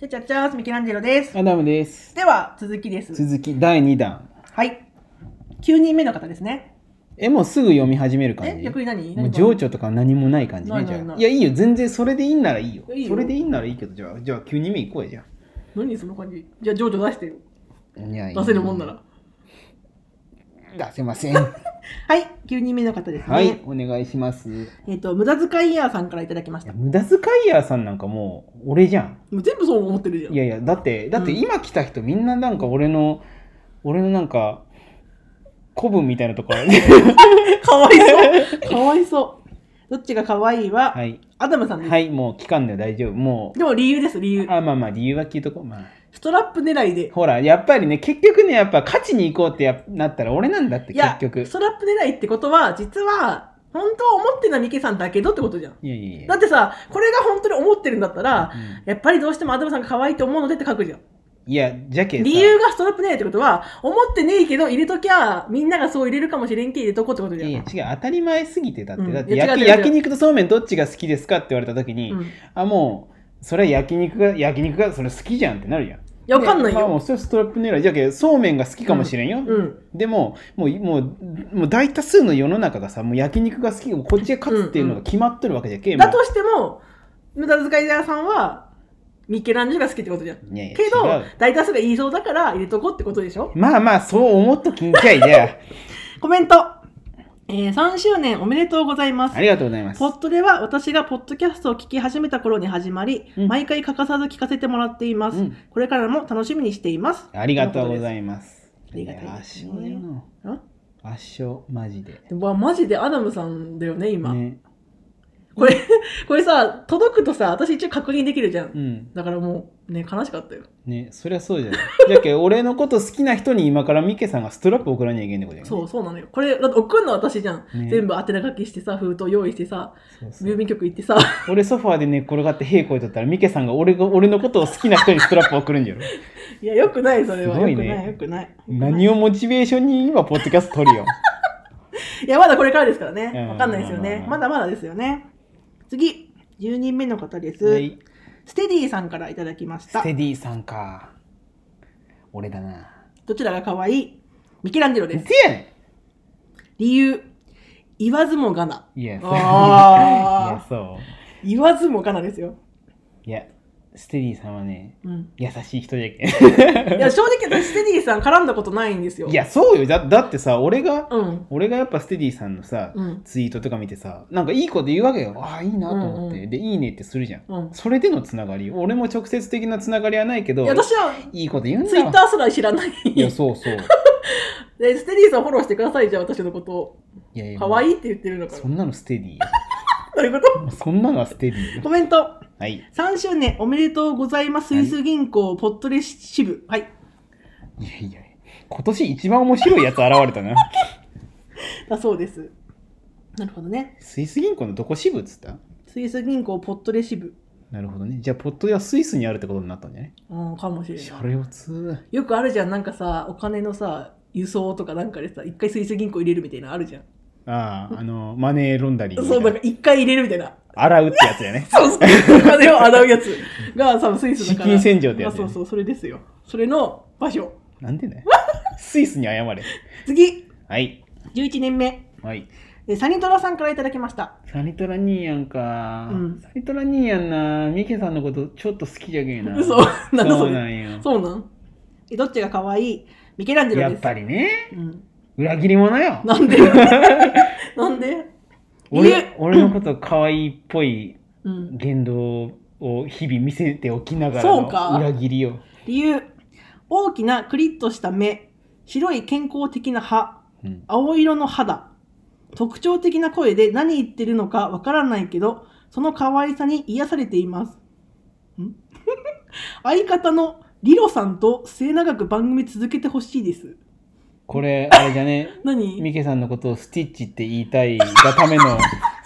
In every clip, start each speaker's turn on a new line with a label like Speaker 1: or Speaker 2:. Speaker 1: てちゃちゃーす、ミケランジェロです。
Speaker 2: アダムです。
Speaker 1: では、続きです。
Speaker 2: 続き第2弾。
Speaker 1: はい。9人目の方ですね。
Speaker 2: え、もうすぐ読み始める感
Speaker 1: え、
Speaker 2: じ
Speaker 1: 逆に何
Speaker 2: もう
Speaker 1: 何
Speaker 2: 情緒とか何もない感じ
Speaker 1: な
Speaker 2: ね
Speaker 1: い
Speaker 2: じ
Speaker 1: ない
Speaker 2: ゃ
Speaker 1: な
Speaker 2: あ。
Speaker 1: い
Speaker 2: いや、いいよ。全然それでいいんならいいよ。
Speaker 1: いいよ
Speaker 2: それでいいんならいいけど、じゃあ、じゃあ9人目行こうよじゃ
Speaker 1: 何その感じじゃあ、情緒出してよ。
Speaker 2: あ。いやいいよ
Speaker 1: 出せるもんなら。
Speaker 2: 出せま せん。は
Speaker 1: はい。9人目の方ですね。
Speaker 2: い、お願いします。い
Speaker 1: えっ、と、無駄遣いイヤーさんからいただきまし
Speaker 2: や
Speaker 1: た。
Speaker 2: 無駄遣いやさんなんかもう、俺じゃん。
Speaker 1: もう全部そう思ってるじゃん。
Speaker 2: いやいや、だって、だって
Speaker 1: うん
Speaker 2: 今来た人、みんななんか俺の、俺のなんか、古文みたいなとこ ろ
Speaker 1: かわいそう。かわいそう。どっちがかわいいは、
Speaker 2: はい。
Speaker 1: アダムさんです。
Speaker 2: はい、もう期間で大丈夫。もう、
Speaker 1: でも理由です、理由。
Speaker 2: あ、まあまあ、理由は聞いとこう。まあ
Speaker 1: ストラップ狙いで。
Speaker 2: ほら、やっぱりね、結局ね、やっぱ勝ちに行こうってやなったら俺なんだって、
Speaker 1: いや
Speaker 2: 結、局
Speaker 1: ス。トラップ狙いってことは、実は、本当は思ってるのはミケさんだけどってことじゃん。
Speaker 2: いやいやいや
Speaker 1: だ。ってさ、これが本当に思ってるんだったら、
Speaker 2: う
Speaker 1: やっぱりどうしてもアダムさんが可愛いと思うのでって書くじゃん。
Speaker 2: んいや、じゃけさ
Speaker 1: 理由がストラップ狙いってことは、思ってねえけど入れときゃ、みんながそう入れるかもしれんけ入れとこうってこと
Speaker 2: い
Speaker 1: じゃ
Speaker 2: や
Speaker 1: ん。
Speaker 2: いや違う、当たり前すぎて、だって、
Speaker 1: うん
Speaker 2: だって
Speaker 1: いや
Speaker 2: 焼
Speaker 1: 違う違う違う
Speaker 2: 焼肉とそうめんどっちが好きですかって言われた時に、
Speaker 1: うんい
Speaker 2: あ、もう、それは焼肉が、焼肉がそれ好きじゃんってなるじゃん。い
Speaker 1: や、わかんない
Speaker 2: まあも
Speaker 1: よ。
Speaker 2: うそれはストラップ狙い。じゃけそうめんが好きかもしれんよ。
Speaker 1: うん。
Speaker 2: でも、もう、もう、もう大多数の世の中がさ、もう焼肉が好き、こっちが勝つっていうのが決まっとるわけじゃけ、
Speaker 1: だとしても、無駄遣い屋さんは、ミケランジェロが好きってことじゃん。
Speaker 2: もういやいや
Speaker 1: け
Speaker 2: 違
Speaker 1: ど
Speaker 2: う、
Speaker 1: 大多数が言いそうだから入れとこうってことでしょ
Speaker 2: まあまあ、そう思っときんかいじゃ
Speaker 1: コメント、えー3周年おめでとうございま
Speaker 2: あ。
Speaker 1: す
Speaker 2: あ。りがとうございます
Speaker 1: ポ。ットでは私がポッドキャストを聞き始めた頃に始まり、
Speaker 2: うん
Speaker 1: 毎回欠かさず聞かせてもらっています、
Speaker 2: うん
Speaker 1: これからも楽しみにしています。
Speaker 2: ありがとうござ
Speaker 1: ま
Speaker 2: います。
Speaker 1: ありがたいです
Speaker 2: 圧
Speaker 1: ね
Speaker 2: 勝だよな。
Speaker 1: す。ん
Speaker 2: 圧勝、マジで。
Speaker 1: でもわマジでアダムさんだよね、今。
Speaker 2: ね。
Speaker 1: これ、これさ、届くとさ、私一応確認できるじゃん。
Speaker 2: うん。
Speaker 1: だからもう、ね、悲しかったよ。
Speaker 2: ね、そりゃそうじゃない。 じゃけ、俺のこと好きな人に今からミケさんがストラップ送らなきゃいけんってことやね。
Speaker 1: そう、そうなのよ。これ、だって送るの私じゃん。
Speaker 2: ね
Speaker 1: 全部宛名書きしてさ、封筒用意してさ、
Speaker 2: そうそう
Speaker 1: 郵便局行ってさ、
Speaker 2: 俺ソファーで寝っ転がって平行とったらミケさんが俺が俺の ことを好きな人にストラップ送るんじゃろ。
Speaker 1: いや、よくない、それは。
Speaker 2: す
Speaker 1: よ
Speaker 2: ご
Speaker 1: く
Speaker 2: いね
Speaker 1: ない、よくない。
Speaker 2: 何をモチベーションに今、ポッドキャスト撮 るよ。
Speaker 1: いや、まだこれからですからね。
Speaker 2: うん
Speaker 1: わかんないですよね。
Speaker 2: ま
Speaker 1: ま
Speaker 2: あ
Speaker 1: だまだですよね。次、10人目の方です。
Speaker 2: はい
Speaker 1: ステディさんからいただきまし
Speaker 2: ス
Speaker 1: た。
Speaker 2: テディさんか。俺だな。
Speaker 1: どちらが可愛いミケランジェロです。
Speaker 2: てやね
Speaker 1: 理由、言わずもがな。
Speaker 2: んいや、そう。い
Speaker 1: あ
Speaker 2: や、そう。
Speaker 1: 言わずもがなですよ。
Speaker 2: いや、ステディさんはね、
Speaker 1: うん、
Speaker 2: 優しい人じゃけん。
Speaker 1: いや、正直私、ステディさん絡んだことないんですよ。
Speaker 2: い、やそうよだだってさ俺が、
Speaker 1: うん。
Speaker 2: 俺がやっぱステディさんのさ、
Speaker 1: うん
Speaker 2: ツイートとか見てさなんかいいこと言うわけよああいいなと思って、
Speaker 1: うんう
Speaker 2: でいいねってするじゃん、
Speaker 1: うん。
Speaker 2: それでのつながり俺も直接的なつながりはないけど
Speaker 1: いや、私は、
Speaker 2: いいこと言うんだ
Speaker 1: ツイッターすら知らない。
Speaker 2: いやそうそう
Speaker 1: でステディさんフォローしてください、じゃあ私のことを。
Speaker 2: いやいや
Speaker 1: 可愛
Speaker 2: い
Speaker 1: いって言ってる のかな。
Speaker 2: そんなのステディ
Speaker 1: どういうこと
Speaker 2: そんなのはステディ
Speaker 1: コメント。
Speaker 2: はい
Speaker 1: 3周年おめでとうございます。スイス銀行ポットレ支部。はい。
Speaker 2: いやいや今年一番面白いやつ現れ たな
Speaker 1: だそうです。なるほどね。
Speaker 2: スイス銀行のどこ支部っつった
Speaker 1: スイス銀行ポットレ支部。
Speaker 2: なるほどねじゃあポットではスイスにあるってことになったんじゃね
Speaker 1: うん、かもしれ
Speaker 2: シ
Speaker 1: な
Speaker 2: ャ
Speaker 1: い。
Speaker 2: レオツ
Speaker 1: よくあるじゃん。なんかさ、お金のさ、輸送とかなんかでさ、一回スイス銀行入れるみたいなのあるじゃん。
Speaker 2: あああのマネーロンダリングみた
Speaker 1: そ、
Speaker 2: いうな
Speaker 1: なんか一回入れるみたいな。。
Speaker 2: 洗うってやつだよね
Speaker 1: そうそう。お金を洗うやつが、多分スイスだから。
Speaker 2: 資金洗浄ってやつね
Speaker 1: まあそうそう、それですよ。それの場所。
Speaker 2: なんでね。スイスに謝れ。
Speaker 1: 次、
Speaker 2: はい。
Speaker 1: 11年目。
Speaker 2: はい。
Speaker 1: えサニトラさんからいただきました。
Speaker 2: サニトラニーヤンか。
Speaker 1: うん
Speaker 2: サニトラニーヤンな、ミケさんのことちょっと好きじゃけえ な。
Speaker 1: 嘘
Speaker 2: そ
Speaker 1: なんだそうれ。
Speaker 2: なんよ。
Speaker 1: そうなんえどっちが可愛いミケランジェロ
Speaker 2: や
Speaker 1: で
Speaker 2: っ
Speaker 1: す。
Speaker 2: ぱりね、
Speaker 1: うん、
Speaker 2: 裏切り者よ。
Speaker 1: なんで なんで
Speaker 2: 俺俺のこと可愛いっぽい
Speaker 1: うん、
Speaker 2: 言動を日々見せておきながら
Speaker 1: そうか
Speaker 2: の裏切りを。
Speaker 1: 理由大きなクリッとした目白い健康的な歯
Speaker 2: うん
Speaker 1: 青色の肌特徴的な声で何言ってるのかわからないけどその可愛さに癒されていますん 相方のリロさんと末永く番組続けてほしいです
Speaker 2: これ、あれじゃね、
Speaker 1: 何
Speaker 2: ミケさんのことをスティッチって言いたいがための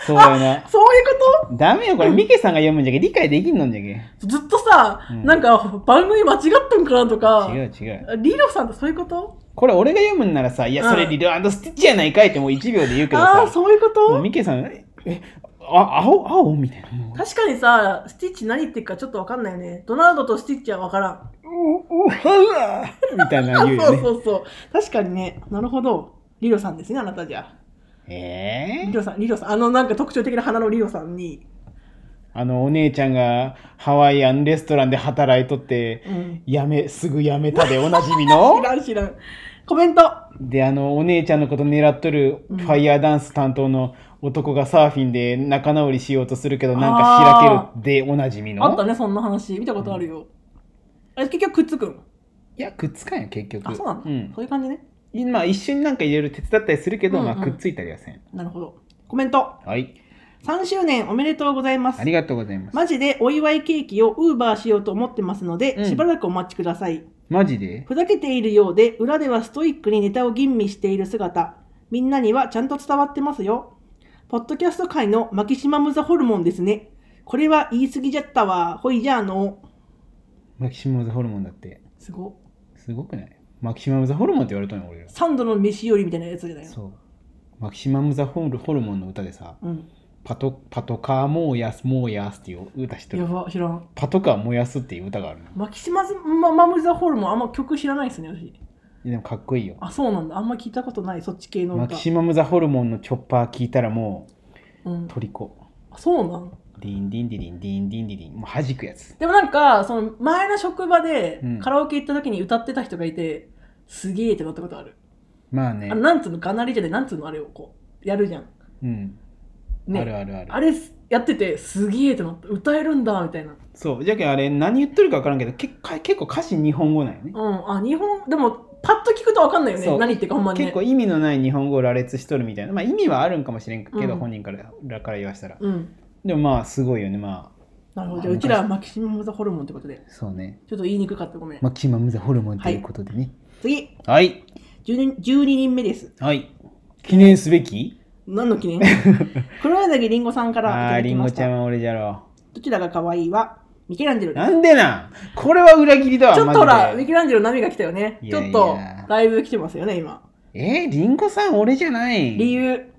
Speaker 2: 壮大な。
Speaker 1: そういうこ
Speaker 2: ダメよ、これミケさんが読むんじゃけ、理解できんのんじゃけ。
Speaker 1: とずっとさ、
Speaker 2: うん
Speaker 1: なんか番組間違ったんかなとか
Speaker 2: 違う違う。
Speaker 1: リロさんってそういうこと
Speaker 2: これ俺が読むんならさ、いや、それ
Speaker 1: うん
Speaker 2: リルスティッチやないかいってもう1秒で言うけど
Speaker 1: ああー
Speaker 2: さ、
Speaker 1: そういうこ
Speaker 2: もう
Speaker 1: と
Speaker 2: ミケさん、え、あ青青みたいなもう
Speaker 1: 確かにさ、スティッチ何言ってるかちょっとわかんないよね。ドナルドとスティッチはわからん。
Speaker 2: おおはらみたいなの言う
Speaker 1: そ
Speaker 2: よ
Speaker 1: う
Speaker 2: ね
Speaker 1: そうそう。確かにね。なるほど。リロさんですね、あなたじゃ。
Speaker 2: え
Speaker 1: リ
Speaker 2: ー、
Speaker 1: ロさん、リロさん。あの、なんか特徴的な花のリロさんに。
Speaker 2: あのお姉ちゃんがハワイアンレストランで働いとって
Speaker 1: うん。
Speaker 2: やめすぐやめたでおなじみ
Speaker 1: 知
Speaker 2: の
Speaker 1: らん知らん。コメント。
Speaker 2: であのお姉ちゃんのこと狙っとる
Speaker 1: う
Speaker 2: フ
Speaker 1: ん
Speaker 2: ァイヤーダンス担当の男がサーフィンで仲直りしようとするけどなんか開けるでおなじみ
Speaker 1: あった
Speaker 2: の
Speaker 1: ね、そんな話。見たことあるよ。あれ、結局くっつくん。
Speaker 2: いやくっつかんよ結局
Speaker 1: あ、そうなの、
Speaker 2: ん
Speaker 1: そういう感じね。
Speaker 2: 今一緒になんかいろいろ手伝ったりするけど、
Speaker 1: うん
Speaker 2: ま
Speaker 1: う
Speaker 2: あ、
Speaker 1: ん
Speaker 2: くっついたりはせん
Speaker 1: なるほど。コメント。
Speaker 2: はい
Speaker 1: 3周年おめでとうございます
Speaker 2: あ。りがとうございます
Speaker 1: マジでお祝いケーキをウーバーしようと思ってますので、
Speaker 2: うん
Speaker 1: しばらくお待ちください。
Speaker 2: マジで
Speaker 1: ふざけているようで、裏ではストイックにネタを吟味している姿。みんなにはちゃんと伝わってますよ。ポッドキャスト界のマキシマムザホルモンですね。これは言い過ぎじゃったわ。ほいじゃあの。
Speaker 2: マキシマムザホルモンだって
Speaker 1: すごっ。
Speaker 2: すごくないマキシマムザホルモンって言われたのよ俺ら
Speaker 1: サンドの飯よりみたいなやつじゃないの。
Speaker 2: そうマキシマムザホルホルモンの歌でさ
Speaker 1: うん。
Speaker 2: パトパトカー燃やす燃やすっていう歌して
Speaker 1: や
Speaker 2: る
Speaker 1: ば、知らん。
Speaker 2: パトカー燃やすっていう歌があるの
Speaker 1: マキシマズママムザホルモン、あんま曲知らないですね、私。
Speaker 2: でもかっこいいよ
Speaker 1: あ、そうなんだ。あんま聞いたことない、そっち系の歌。
Speaker 2: マキシマムザホルモンのチョッパー聞いたらも
Speaker 1: うん
Speaker 2: う、トリコ
Speaker 1: あそうなん
Speaker 2: ディンディンディリンディンディンディリンもう弾くやつ
Speaker 1: でもなんか、その前の職場で
Speaker 2: うん
Speaker 1: カラオケ行った時に歌ってた人がいて、すげえってなったことある。
Speaker 2: まあね
Speaker 1: あのなんつうの、がなりじゃない、なんつうのあれをこう、やるじゃん。
Speaker 2: うん、
Speaker 1: ね。
Speaker 2: あるあるある
Speaker 1: あれやってて、すげえってなった。歌えるんだ、みたいな。
Speaker 2: そうじゃけんあれ何言っとるか分からんけど結構結構歌詞日本語なんよね
Speaker 1: うん。あ、日本、でも、パッと聞くとわかんないよね。
Speaker 2: そう
Speaker 1: 何言ってるか、ほんまに、ね。
Speaker 2: 結構意味のない日本語を羅列しとるみたいな、まあ、意味はあるんかもしれんけど、
Speaker 1: うん
Speaker 2: 本人かららから言わしたら
Speaker 1: うん。
Speaker 2: でもまあすごいよねま
Speaker 1: なるほど。じゃ
Speaker 2: あ
Speaker 1: あうちらはマキシマムザホルモンってことで、
Speaker 2: あそうね
Speaker 1: ちょっと言いにくかった、ごめん。
Speaker 2: マキシマムザホルモンということでね
Speaker 1: 次
Speaker 2: はい
Speaker 1: 12、12人目です。
Speaker 2: はい、記念すべき
Speaker 1: 何の記 念黒柳りんごさんからい
Speaker 2: ああ
Speaker 1: ただ
Speaker 2: ーり
Speaker 1: き
Speaker 2: ん
Speaker 1: ま
Speaker 2: ご
Speaker 1: し
Speaker 2: ちゃん
Speaker 1: た。
Speaker 2: は俺じゃろ
Speaker 1: どちらが可愛いは、ミケランジェロです
Speaker 2: なんでなんこれは裏切りだわ
Speaker 1: ちょっとほら、
Speaker 2: マ
Speaker 1: ミ
Speaker 2: ジ
Speaker 1: ケランジェロの波が来たよね。
Speaker 2: いやいや
Speaker 1: ちょっと、だいぶ来てますよね、今。
Speaker 2: でえー、りんごさん俺じゃない
Speaker 1: 理由、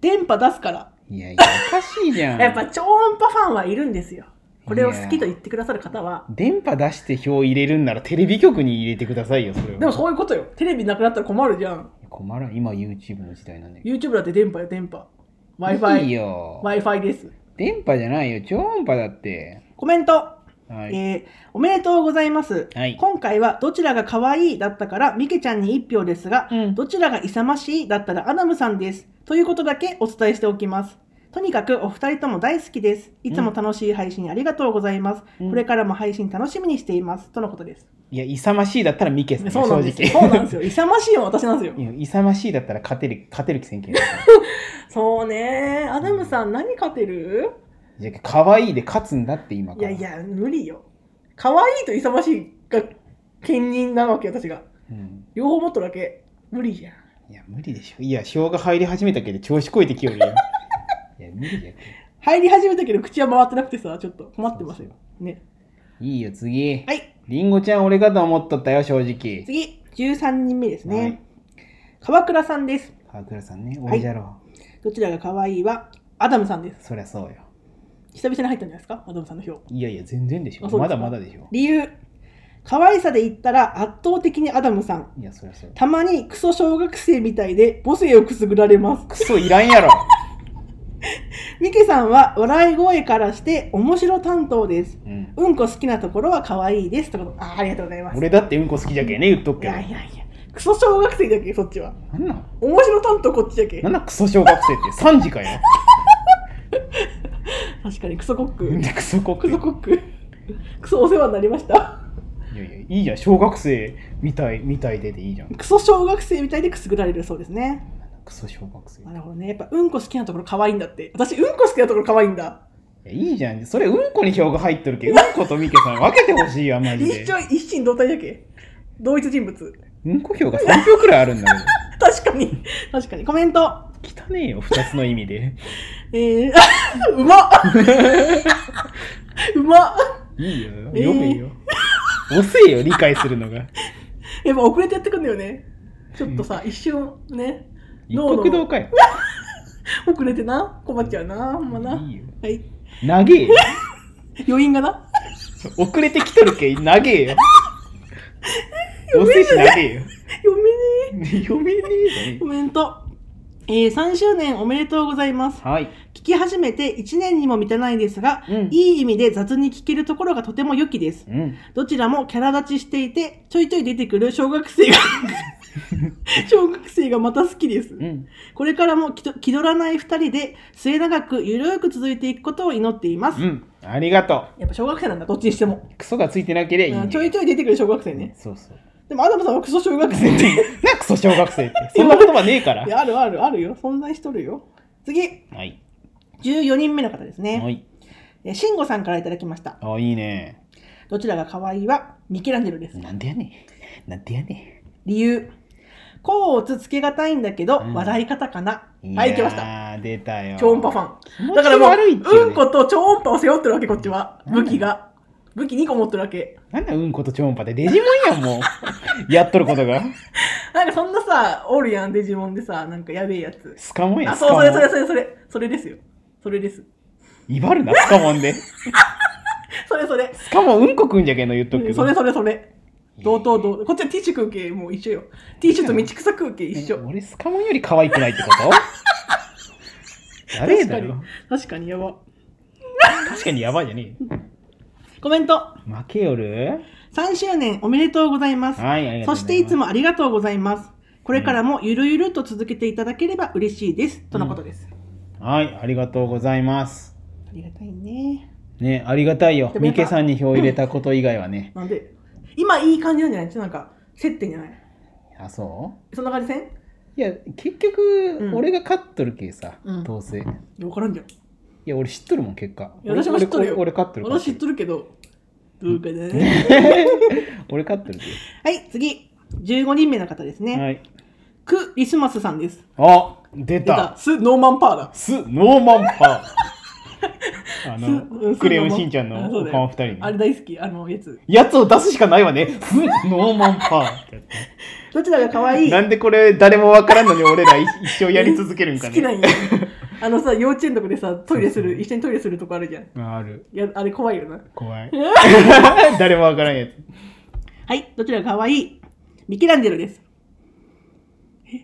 Speaker 1: 電波出すから。
Speaker 2: いやいやおかしいじゃ ん
Speaker 1: やっぱ超音波ファンはいるんですよ。これを好きと言ってくださる方は。
Speaker 2: 電波出して票入れるんならテレビ局に入れてくださいよそれは
Speaker 1: でもそういうことよ。テレビなくなったら困るじゃん。
Speaker 2: 困らん今 YouTube の時代なんだけ
Speaker 1: YouTube だって電波よ、電波。
Speaker 2: どいい
Speaker 1: Wi-Fi。
Speaker 2: よ
Speaker 1: Wi-Fi です。
Speaker 2: 電波じゃないよ超音波だって
Speaker 1: コメント、
Speaker 2: はい、
Speaker 1: えーおめでとうございます。
Speaker 2: はい
Speaker 1: 今回はどちらが可愛いだったからミケちゃんに1票ですが、
Speaker 2: うん
Speaker 1: どちらが勇ましいだったらアダムさんです。ということだけお伝えしておきます。とにかくお二人とも大好きです。いつも楽しい配信ありがとうございます。
Speaker 2: うん
Speaker 1: これからも配信楽しみにしています。とのことです。
Speaker 2: いや勇ましいだったらミケさん
Speaker 1: そうなんですよ。
Speaker 2: 正
Speaker 1: そう
Speaker 2: 直
Speaker 1: なんですよ。勇ましいのは私なんですよ
Speaker 2: い。や勇ましいだったら勝てる勝てる気せん けん
Speaker 1: そうね。アダムさん何勝てる
Speaker 2: じゃあ可愛いで勝つんだって今
Speaker 1: い
Speaker 2: から
Speaker 1: やいや、無理よ。可愛いと勇ましいが兼任なわけよ私が。
Speaker 2: うん、
Speaker 1: 両方持っとるだけ。無理じゃん。
Speaker 2: いや無理でしょいや票が入り始めたけど調子こいてきよるや んいや無理だよ
Speaker 1: 入り始めたけど口は回ってなくてさ、ちょっと困ってますよ。ね。
Speaker 2: いいよ次
Speaker 1: はい、
Speaker 2: りんごちゃん俺かと思っとったよ正直
Speaker 1: 次、13人目ですね。
Speaker 2: はい
Speaker 1: 川倉さんです。
Speaker 2: 川倉さんね俺じゃろう、
Speaker 1: どちらが可愛いは、アダムさんです。
Speaker 2: そりゃそうよ
Speaker 1: 久々に入ったんじゃないですか、アダムさんの票。
Speaker 2: いやいや全然でしょ
Speaker 1: あそうで
Speaker 2: ます
Speaker 1: か
Speaker 2: だまだでしょ
Speaker 1: 理由、可愛さで言ったら圧倒的にアダムさん。
Speaker 2: いやそりゃそう
Speaker 1: たまにクソ小学生みたいで母性をくすぐられます。
Speaker 2: クソいらんやろ
Speaker 1: ミケさんは笑い声からして面白担当です。
Speaker 2: うん
Speaker 1: うんこ好きなところは可愛いです。とことあありがとうございます。
Speaker 2: 俺だってうんこ好きじゃけんね言っとく
Speaker 1: い
Speaker 2: けど
Speaker 1: やいやいや、クソ小学生だけ、そっちは。
Speaker 2: なんなん
Speaker 1: 面白担当こっちだけ
Speaker 2: なん。だクソ小学生って3時 かよ
Speaker 1: 確かにクソコック。
Speaker 2: クソ国
Speaker 1: クソコック。クソお世話になりました。
Speaker 2: いやいやいいじゃん小学生みたいみたいででいいじゃん
Speaker 1: クソ小学生みたいでくすぐられるそうですね。
Speaker 2: クソ小学生い
Speaker 1: なるほどね。やっぱうんこ好きなところ可愛いんだって。私うんこ好きなところ可愛いんだ。
Speaker 2: やいいじゃんそれうんこに票が入っとるけうんことみけさん分けてほしいよマジで
Speaker 1: 一緒一心同体だけ。同一人物。
Speaker 2: うんこ票が3票くらいあるんだけ
Speaker 1: 確かに。確かに。コメント。
Speaker 2: ど汚ねえよ2つの意味で
Speaker 1: えー、 うまっうまっ
Speaker 2: いいよ
Speaker 1: えー
Speaker 2: 読めよ、遅いよ理解するのが
Speaker 1: やっぱ遅れてやってくんだよね。ちょっとさ、一瞬ね、
Speaker 2: 一
Speaker 1: 脳の
Speaker 2: 国道かよ
Speaker 1: 遅れてな困っちゃうなほんまない
Speaker 2: いよ
Speaker 1: はい
Speaker 2: 長えよ
Speaker 1: 余韻がな
Speaker 2: 遅れてきとるけ長え よおせし長えよ
Speaker 1: 読めね
Speaker 2: 読めねえじゃ
Speaker 1: え
Speaker 2: ね
Speaker 1: コメント、えー、3周年おめでとうございます
Speaker 2: えはい、
Speaker 1: 聞き始めて1年にも満たないですが
Speaker 2: うん
Speaker 1: いい意味で雑に聞けるところがとても良きです
Speaker 2: うん、
Speaker 1: どちらもキャラ立ちしていてちょいちょい出てくる小学生 が小学生がまた好きです
Speaker 2: うん、
Speaker 1: これからも気と気取らない2人で末永くゆるーく続いていくことを祈っています、
Speaker 2: うん、ありがと
Speaker 1: やっぱ小学生なんだどっちにしても
Speaker 2: うクソがついてなければいい
Speaker 1: うんん
Speaker 2: だ
Speaker 1: ちょいちょい出てくる小学生ね
Speaker 2: そうそう
Speaker 1: でもアダムさんはクソ小学生
Speaker 2: なクソ小学生ってそんな言葉ねえから
Speaker 1: いやあるあるあるよ存在しとるよ次
Speaker 2: はい
Speaker 1: 14人目の方です
Speaker 2: は
Speaker 1: ね
Speaker 2: い
Speaker 1: え慎吾さんからいただきました
Speaker 2: あいいね
Speaker 1: どちらが可愛いはミケランジェロです
Speaker 2: なんでやねんなんでやね
Speaker 1: 理由甲乙つけがたいんだけど、
Speaker 2: うん
Speaker 1: 笑い方かな、
Speaker 2: ん
Speaker 1: はい来ました
Speaker 2: た出たよ
Speaker 1: 超音波ファン
Speaker 2: 気持
Speaker 1: だ
Speaker 2: ち
Speaker 1: からもう、
Speaker 2: 悪いっていうね
Speaker 1: うんこと超音波を背負ってるわけこっちは
Speaker 2: うん
Speaker 1: 武器が武器2個持ってるわけ
Speaker 2: なんだうんこと超音波ってデジモンやんもう やっとることが
Speaker 1: なんかそんなさおるやんデジモンでさなんかやべえやつ
Speaker 2: スカモンや
Speaker 1: あ
Speaker 2: スカ
Speaker 1: そう
Speaker 2: モ
Speaker 1: そ
Speaker 2: ン
Speaker 1: れそれそれそれそれですよそれです
Speaker 2: 威張るなスカモンで
Speaker 1: それそれ
Speaker 2: スカモンうんこくんじゃけんの言っとくけど
Speaker 1: それそれそれ同等同等こっちはティッシュ食う系もう一緒よティッシュと道草食う系一緒
Speaker 2: え俺スカモンより可愛くないってこと やべえ
Speaker 1: 確か
Speaker 2: だ
Speaker 1: に
Speaker 2: よ
Speaker 1: 確かにやば
Speaker 2: 確かにやばいじゃねえ
Speaker 1: コメント
Speaker 2: 負けよる
Speaker 1: 3周年おめでとうございます
Speaker 2: はいありがとうございます
Speaker 1: そしていつもありがとうございます。これからもゆるゆると続けていただければ嬉しいです。とのことです。
Speaker 2: はいありがとうございます
Speaker 1: ありがたいね。
Speaker 2: ねありがたいよ
Speaker 1: でもや
Speaker 2: 三
Speaker 1: っぱ
Speaker 2: 毛さんに票入れたこと以外はね
Speaker 1: なんで、今いい感じなんじゃないちょっとなんか、接点じゃない
Speaker 2: あそ
Speaker 1: そんな感じせん
Speaker 2: ういや結局、
Speaker 1: うん
Speaker 2: 俺が勝っとるけさ、
Speaker 1: うん
Speaker 2: どうせい
Speaker 1: 分からんじゃん。
Speaker 2: や俺知っとるもん結果
Speaker 1: いや私も知っとるよ
Speaker 2: 俺俺俺勝っとる
Speaker 1: 私知っとるけど、どうか な。
Speaker 2: 俺勝ってるけ
Speaker 1: はい、次。15人目の方です
Speaker 2: ど
Speaker 1: ね。
Speaker 2: はい
Speaker 1: ク・リスマスさんです。
Speaker 2: あ出
Speaker 1: 出
Speaker 2: た
Speaker 1: た。ス・ノーマン・パーだ。
Speaker 2: スノーマンパーあ
Speaker 1: ス うん
Speaker 2: のクレヨンしんちゃん
Speaker 1: ス
Speaker 2: の
Speaker 1: ノーマン
Speaker 2: おかん二人
Speaker 1: あれ
Speaker 2: ね
Speaker 1: 大好き、あのやつ。
Speaker 2: やつを出すしかないわねスノーマンパーってや
Speaker 1: どちらが可愛
Speaker 2: つ
Speaker 1: い
Speaker 2: なんでこれ誰もわからんのに俺ら一一生やり続けるんか
Speaker 1: 好
Speaker 2: ね
Speaker 1: き なんや。あのさ、幼稚園とかでさ、トイレする、一緒にトイレするとこあるじゃん。
Speaker 2: あある
Speaker 1: いや、あれ怖いよな。
Speaker 2: 怖い誰もわからんやつ
Speaker 1: はい、どちらが可愛いミケランジェロです。え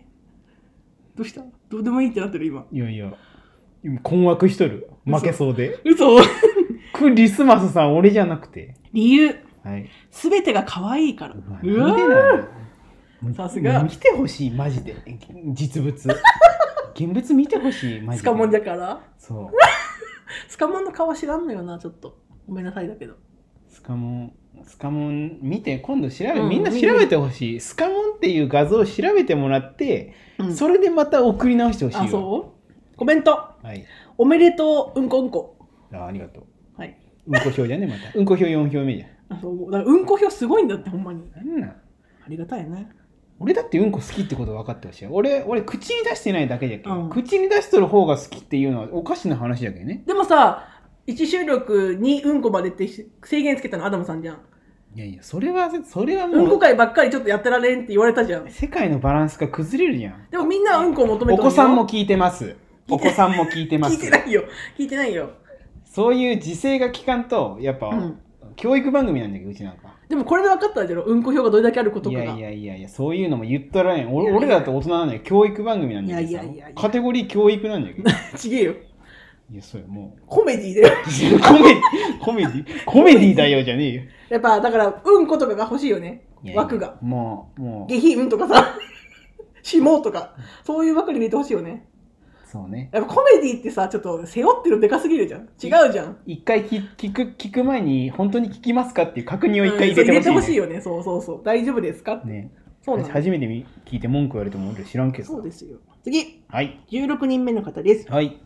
Speaker 1: どうしたどうでもいいってなってる今。
Speaker 2: いやいや困惑しとる
Speaker 1: 嘘
Speaker 2: 負けそうで
Speaker 1: 嘘
Speaker 2: クリスマスさん俺じゃなくて
Speaker 1: 理由、
Speaker 2: はい
Speaker 1: すべてが可愛いから。
Speaker 2: う
Speaker 1: う
Speaker 2: わ
Speaker 1: わ
Speaker 2: 見てない
Speaker 1: さすが
Speaker 2: 見てほしいマジで 実物現物見てほしいマジで
Speaker 1: スカモンじゃから
Speaker 2: そう
Speaker 1: スカモンの顔知らんのよな、ちょっと。ごめんなさいだけど。
Speaker 2: スカモン、スカモン見て、今度調べ、
Speaker 1: うん
Speaker 2: みんな調べてほしい。スカモンっていう画像を調べてもらって、
Speaker 1: うん
Speaker 2: それでまた送り直してほしいわ
Speaker 1: あ、そうコメント。
Speaker 2: はい。
Speaker 1: おめでとう、うんこうんこ。
Speaker 2: あありがとう。
Speaker 1: はい。
Speaker 2: うんこ表じゃね、また。 うんこ表4票目じゃん。
Speaker 1: あそうだからうんこ表すごいんだって、ほんまに。
Speaker 2: なんなん
Speaker 1: ありがたいね。
Speaker 2: 俺だってうんこ好きってこと分かってほしい。俺、俺、口に出してないだけじゃけ、
Speaker 1: うん
Speaker 2: ん、口に出しとる方が好きっていうのはおかしな話だけどね。
Speaker 1: でもさ、1収録にうんこまでって制限つけたのアダムさんじゃん。
Speaker 2: いやいや、それは、それは
Speaker 1: うん
Speaker 2: も
Speaker 1: こ
Speaker 2: う、
Speaker 1: 会ばっかりちょっとやってられんって言われたじゃん。
Speaker 2: 世界のバランスが崩れるじゃん。
Speaker 1: でもみんなはうんこを求め
Speaker 2: お
Speaker 1: てるよ
Speaker 2: 子さんも聞いてます。お子さんも聞いてます。
Speaker 1: 聞いてないよ聞いてないよ、
Speaker 2: そういう時勢が効かんと、やっぱ、
Speaker 1: うん、
Speaker 2: 教育番組なんだけどうちなんか
Speaker 1: でもこれで分かったじゃろうんこ表がどれだけあること
Speaker 2: い
Speaker 1: かが
Speaker 2: やいやいやいやそういうのも言ったらね
Speaker 1: いやい
Speaker 2: 俺
Speaker 1: や
Speaker 2: 俺らだと大人なんだよ教育番組なんだけど
Speaker 1: い
Speaker 2: さ
Speaker 1: やいやいやいや
Speaker 2: カテゴリー教育なんだ けど
Speaker 1: ちげえよ
Speaker 2: いやそれもう
Speaker 1: コメディだよ
Speaker 2: コメディコメディコメディだよじゃねえよ
Speaker 1: やっぱだからうんことかが欲しいよね
Speaker 2: いやいや
Speaker 1: 枠が
Speaker 2: もうもう
Speaker 1: 下品とかさ 下とかそういう枠に入れてほしいよね
Speaker 2: そうね
Speaker 1: やっぱコメディってさちょっと背負ってるのでかすぎるじゃん違うじゃん
Speaker 2: 一回聞聞く聞く前に本当に聞きますかっていう確認を一回
Speaker 1: うん
Speaker 2: 入
Speaker 1: そう入
Speaker 2: れ
Speaker 1: れ
Speaker 2: て
Speaker 1: て
Speaker 2: ほ
Speaker 1: ほ
Speaker 2: し
Speaker 1: し
Speaker 2: い
Speaker 1: い
Speaker 2: ね,、
Speaker 1: よねそうそうそう大丈夫ですかって
Speaker 2: ね
Speaker 1: そうなの
Speaker 2: 初めてみ聞いて文句言われても俺ら知らんけど
Speaker 1: そうですよ次
Speaker 2: はい
Speaker 1: 16人目の方です、
Speaker 2: はい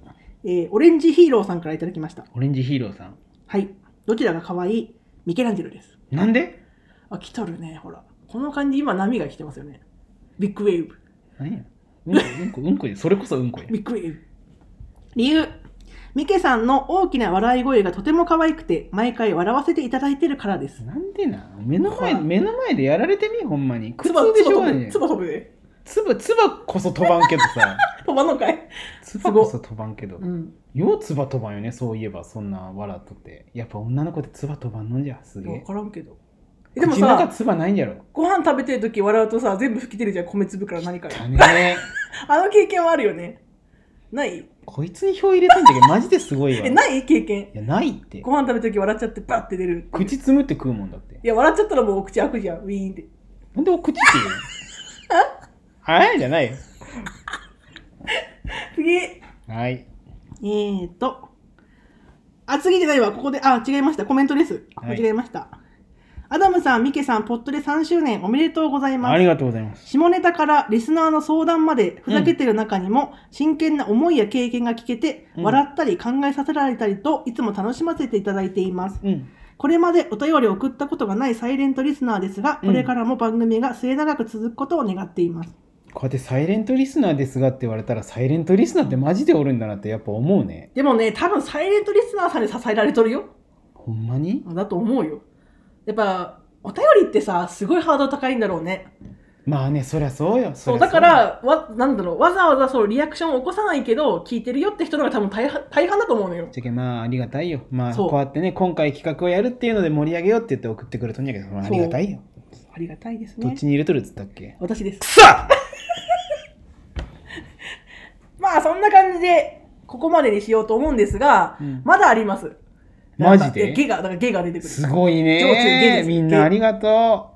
Speaker 1: えーオレンジヒーローさんからいただきました
Speaker 2: オレンジヒーローさん
Speaker 1: はいどちらが可愛いミケランジェロです
Speaker 2: なんで
Speaker 1: あ、来とるね、ほら。この感じ、今波が来てますよね。ビッグウェーブ。
Speaker 2: 何やうんこうんこうんこやそれこそうんこや
Speaker 1: ビッグウェーブ。理由。ミケさんの大きな笑い声がとても可愛くて、毎回笑わせていただいてるからです。
Speaker 2: なんでな目の前
Speaker 1: はい
Speaker 2: 目の前でやられてみほんまに苦
Speaker 1: つば
Speaker 2: 痛でしょうが
Speaker 1: 飛
Speaker 2: ね
Speaker 1: ぶ。つば飛ぶで。
Speaker 2: つばつばこそ飛ばんけどさ
Speaker 1: 飛ばんのかい、
Speaker 2: つばこそ飛ばんけど
Speaker 1: うん、
Speaker 2: ようつば飛ばんよねそういえばそんな笑っとってやっぱ女の子ってつば飛ばんのんじゃすげ
Speaker 1: 分
Speaker 2: え
Speaker 1: からんけどえで
Speaker 2: で
Speaker 1: も
Speaker 2: もさ
Speaker 1: さ
Speaker 2: つばないんじゃろ
Speaker 1: ご飯食べてる時笑うとさ全部吹き出るじゃん米粒から何から
Speaker 2: だね
Speaker 1: あの経験はあるよねない
Speaker 2: こいつに票入れたんだけ どマジですごいわ
Speaker 1: え
Speaker 2: い
Speaker 1: ない経験
Speaker 2: やないって
Speaker 1: ご飯食べる時笑っちゃってバッて出る
Speaker 2: 口つむって食うもんだって
Speaker 1: いや笑っちゃったらもうお口開くじゃんウィーンって
Speaker 2: なんでお口って言 うのはいじゃないよ
Speaker 1: 次
Speaker 2: はい
Speaker 1: えーと。あ、次じゃないわ。ここで、あ、違いました。コメントです。
Speaker 2: はい
Speaker 1: 間違えました。アダムさん、ミケさん、ポットで3周年おめでとうございま
Speaker 2: あ
Speaker 1: す。
Speaker 2: りがとうございます
Speaker 1: 下ネタからリスナーの相談までふざけてる中にも、真剣な思いや経験が聞けて、
Speaker 2: うん
Speaker 1: 笑ったり考えさせられたりといつも楽しませていただいています。
Speaker 2: うん
Speaker 1: これまでお便りを送ったことがないサイレントリスナーですが、これからも番組が末永く続くことを願っています。
Speaker 2: こうやってサイレントリスナーですがって言われたらサイレントリスナーってマジでおるんだなってやっぱ思うね
Speaker 1: でもね、多分サイレントリスナーさんに支えられとるよ。
Speaker 2: ほんまに
Speaker 1: だと思うよやっぱお便りってさすごいハードル高いんだろうね
Speaker 2: まあねそりゃそうよ
Speaker 1: そう
Speaker 2: りゃ
Speaker 1: だからわなんだろうわざわざそうリアクションを起こさないけど聞いてるよって人の方が多分大半大半だと思うのよ
Speaker 2: じゃけまあありがたいよまあ
Speaker 1: そう
Speaker 2: こうやってね今回企画をやるっていうので盛り上げようって言って送ってくれとんやけどまああ
Speaker 1: そう
Speaker 2: りがたいよ、
Speaker 1: ありがたいです
Speaker 2: どっ
Speaker 1: ね
Speaker 2: ちに入れとるっつったっけ
Speaker 1: 私です
Speaker 2: くさっ
Speaker 1: まあそんな感じでここまでにしようと思うんですが、
Speaker 2: うん
Speaker 1: まだあります
Speaker 2: マジで
Speaker 1: なんかいやゲがだからゲが出てくる
Speaker 2: すごい
Speaker 1: 上中下で
Speaker 2: ね
Speaker 1: す
Speaker 2: みんなありがと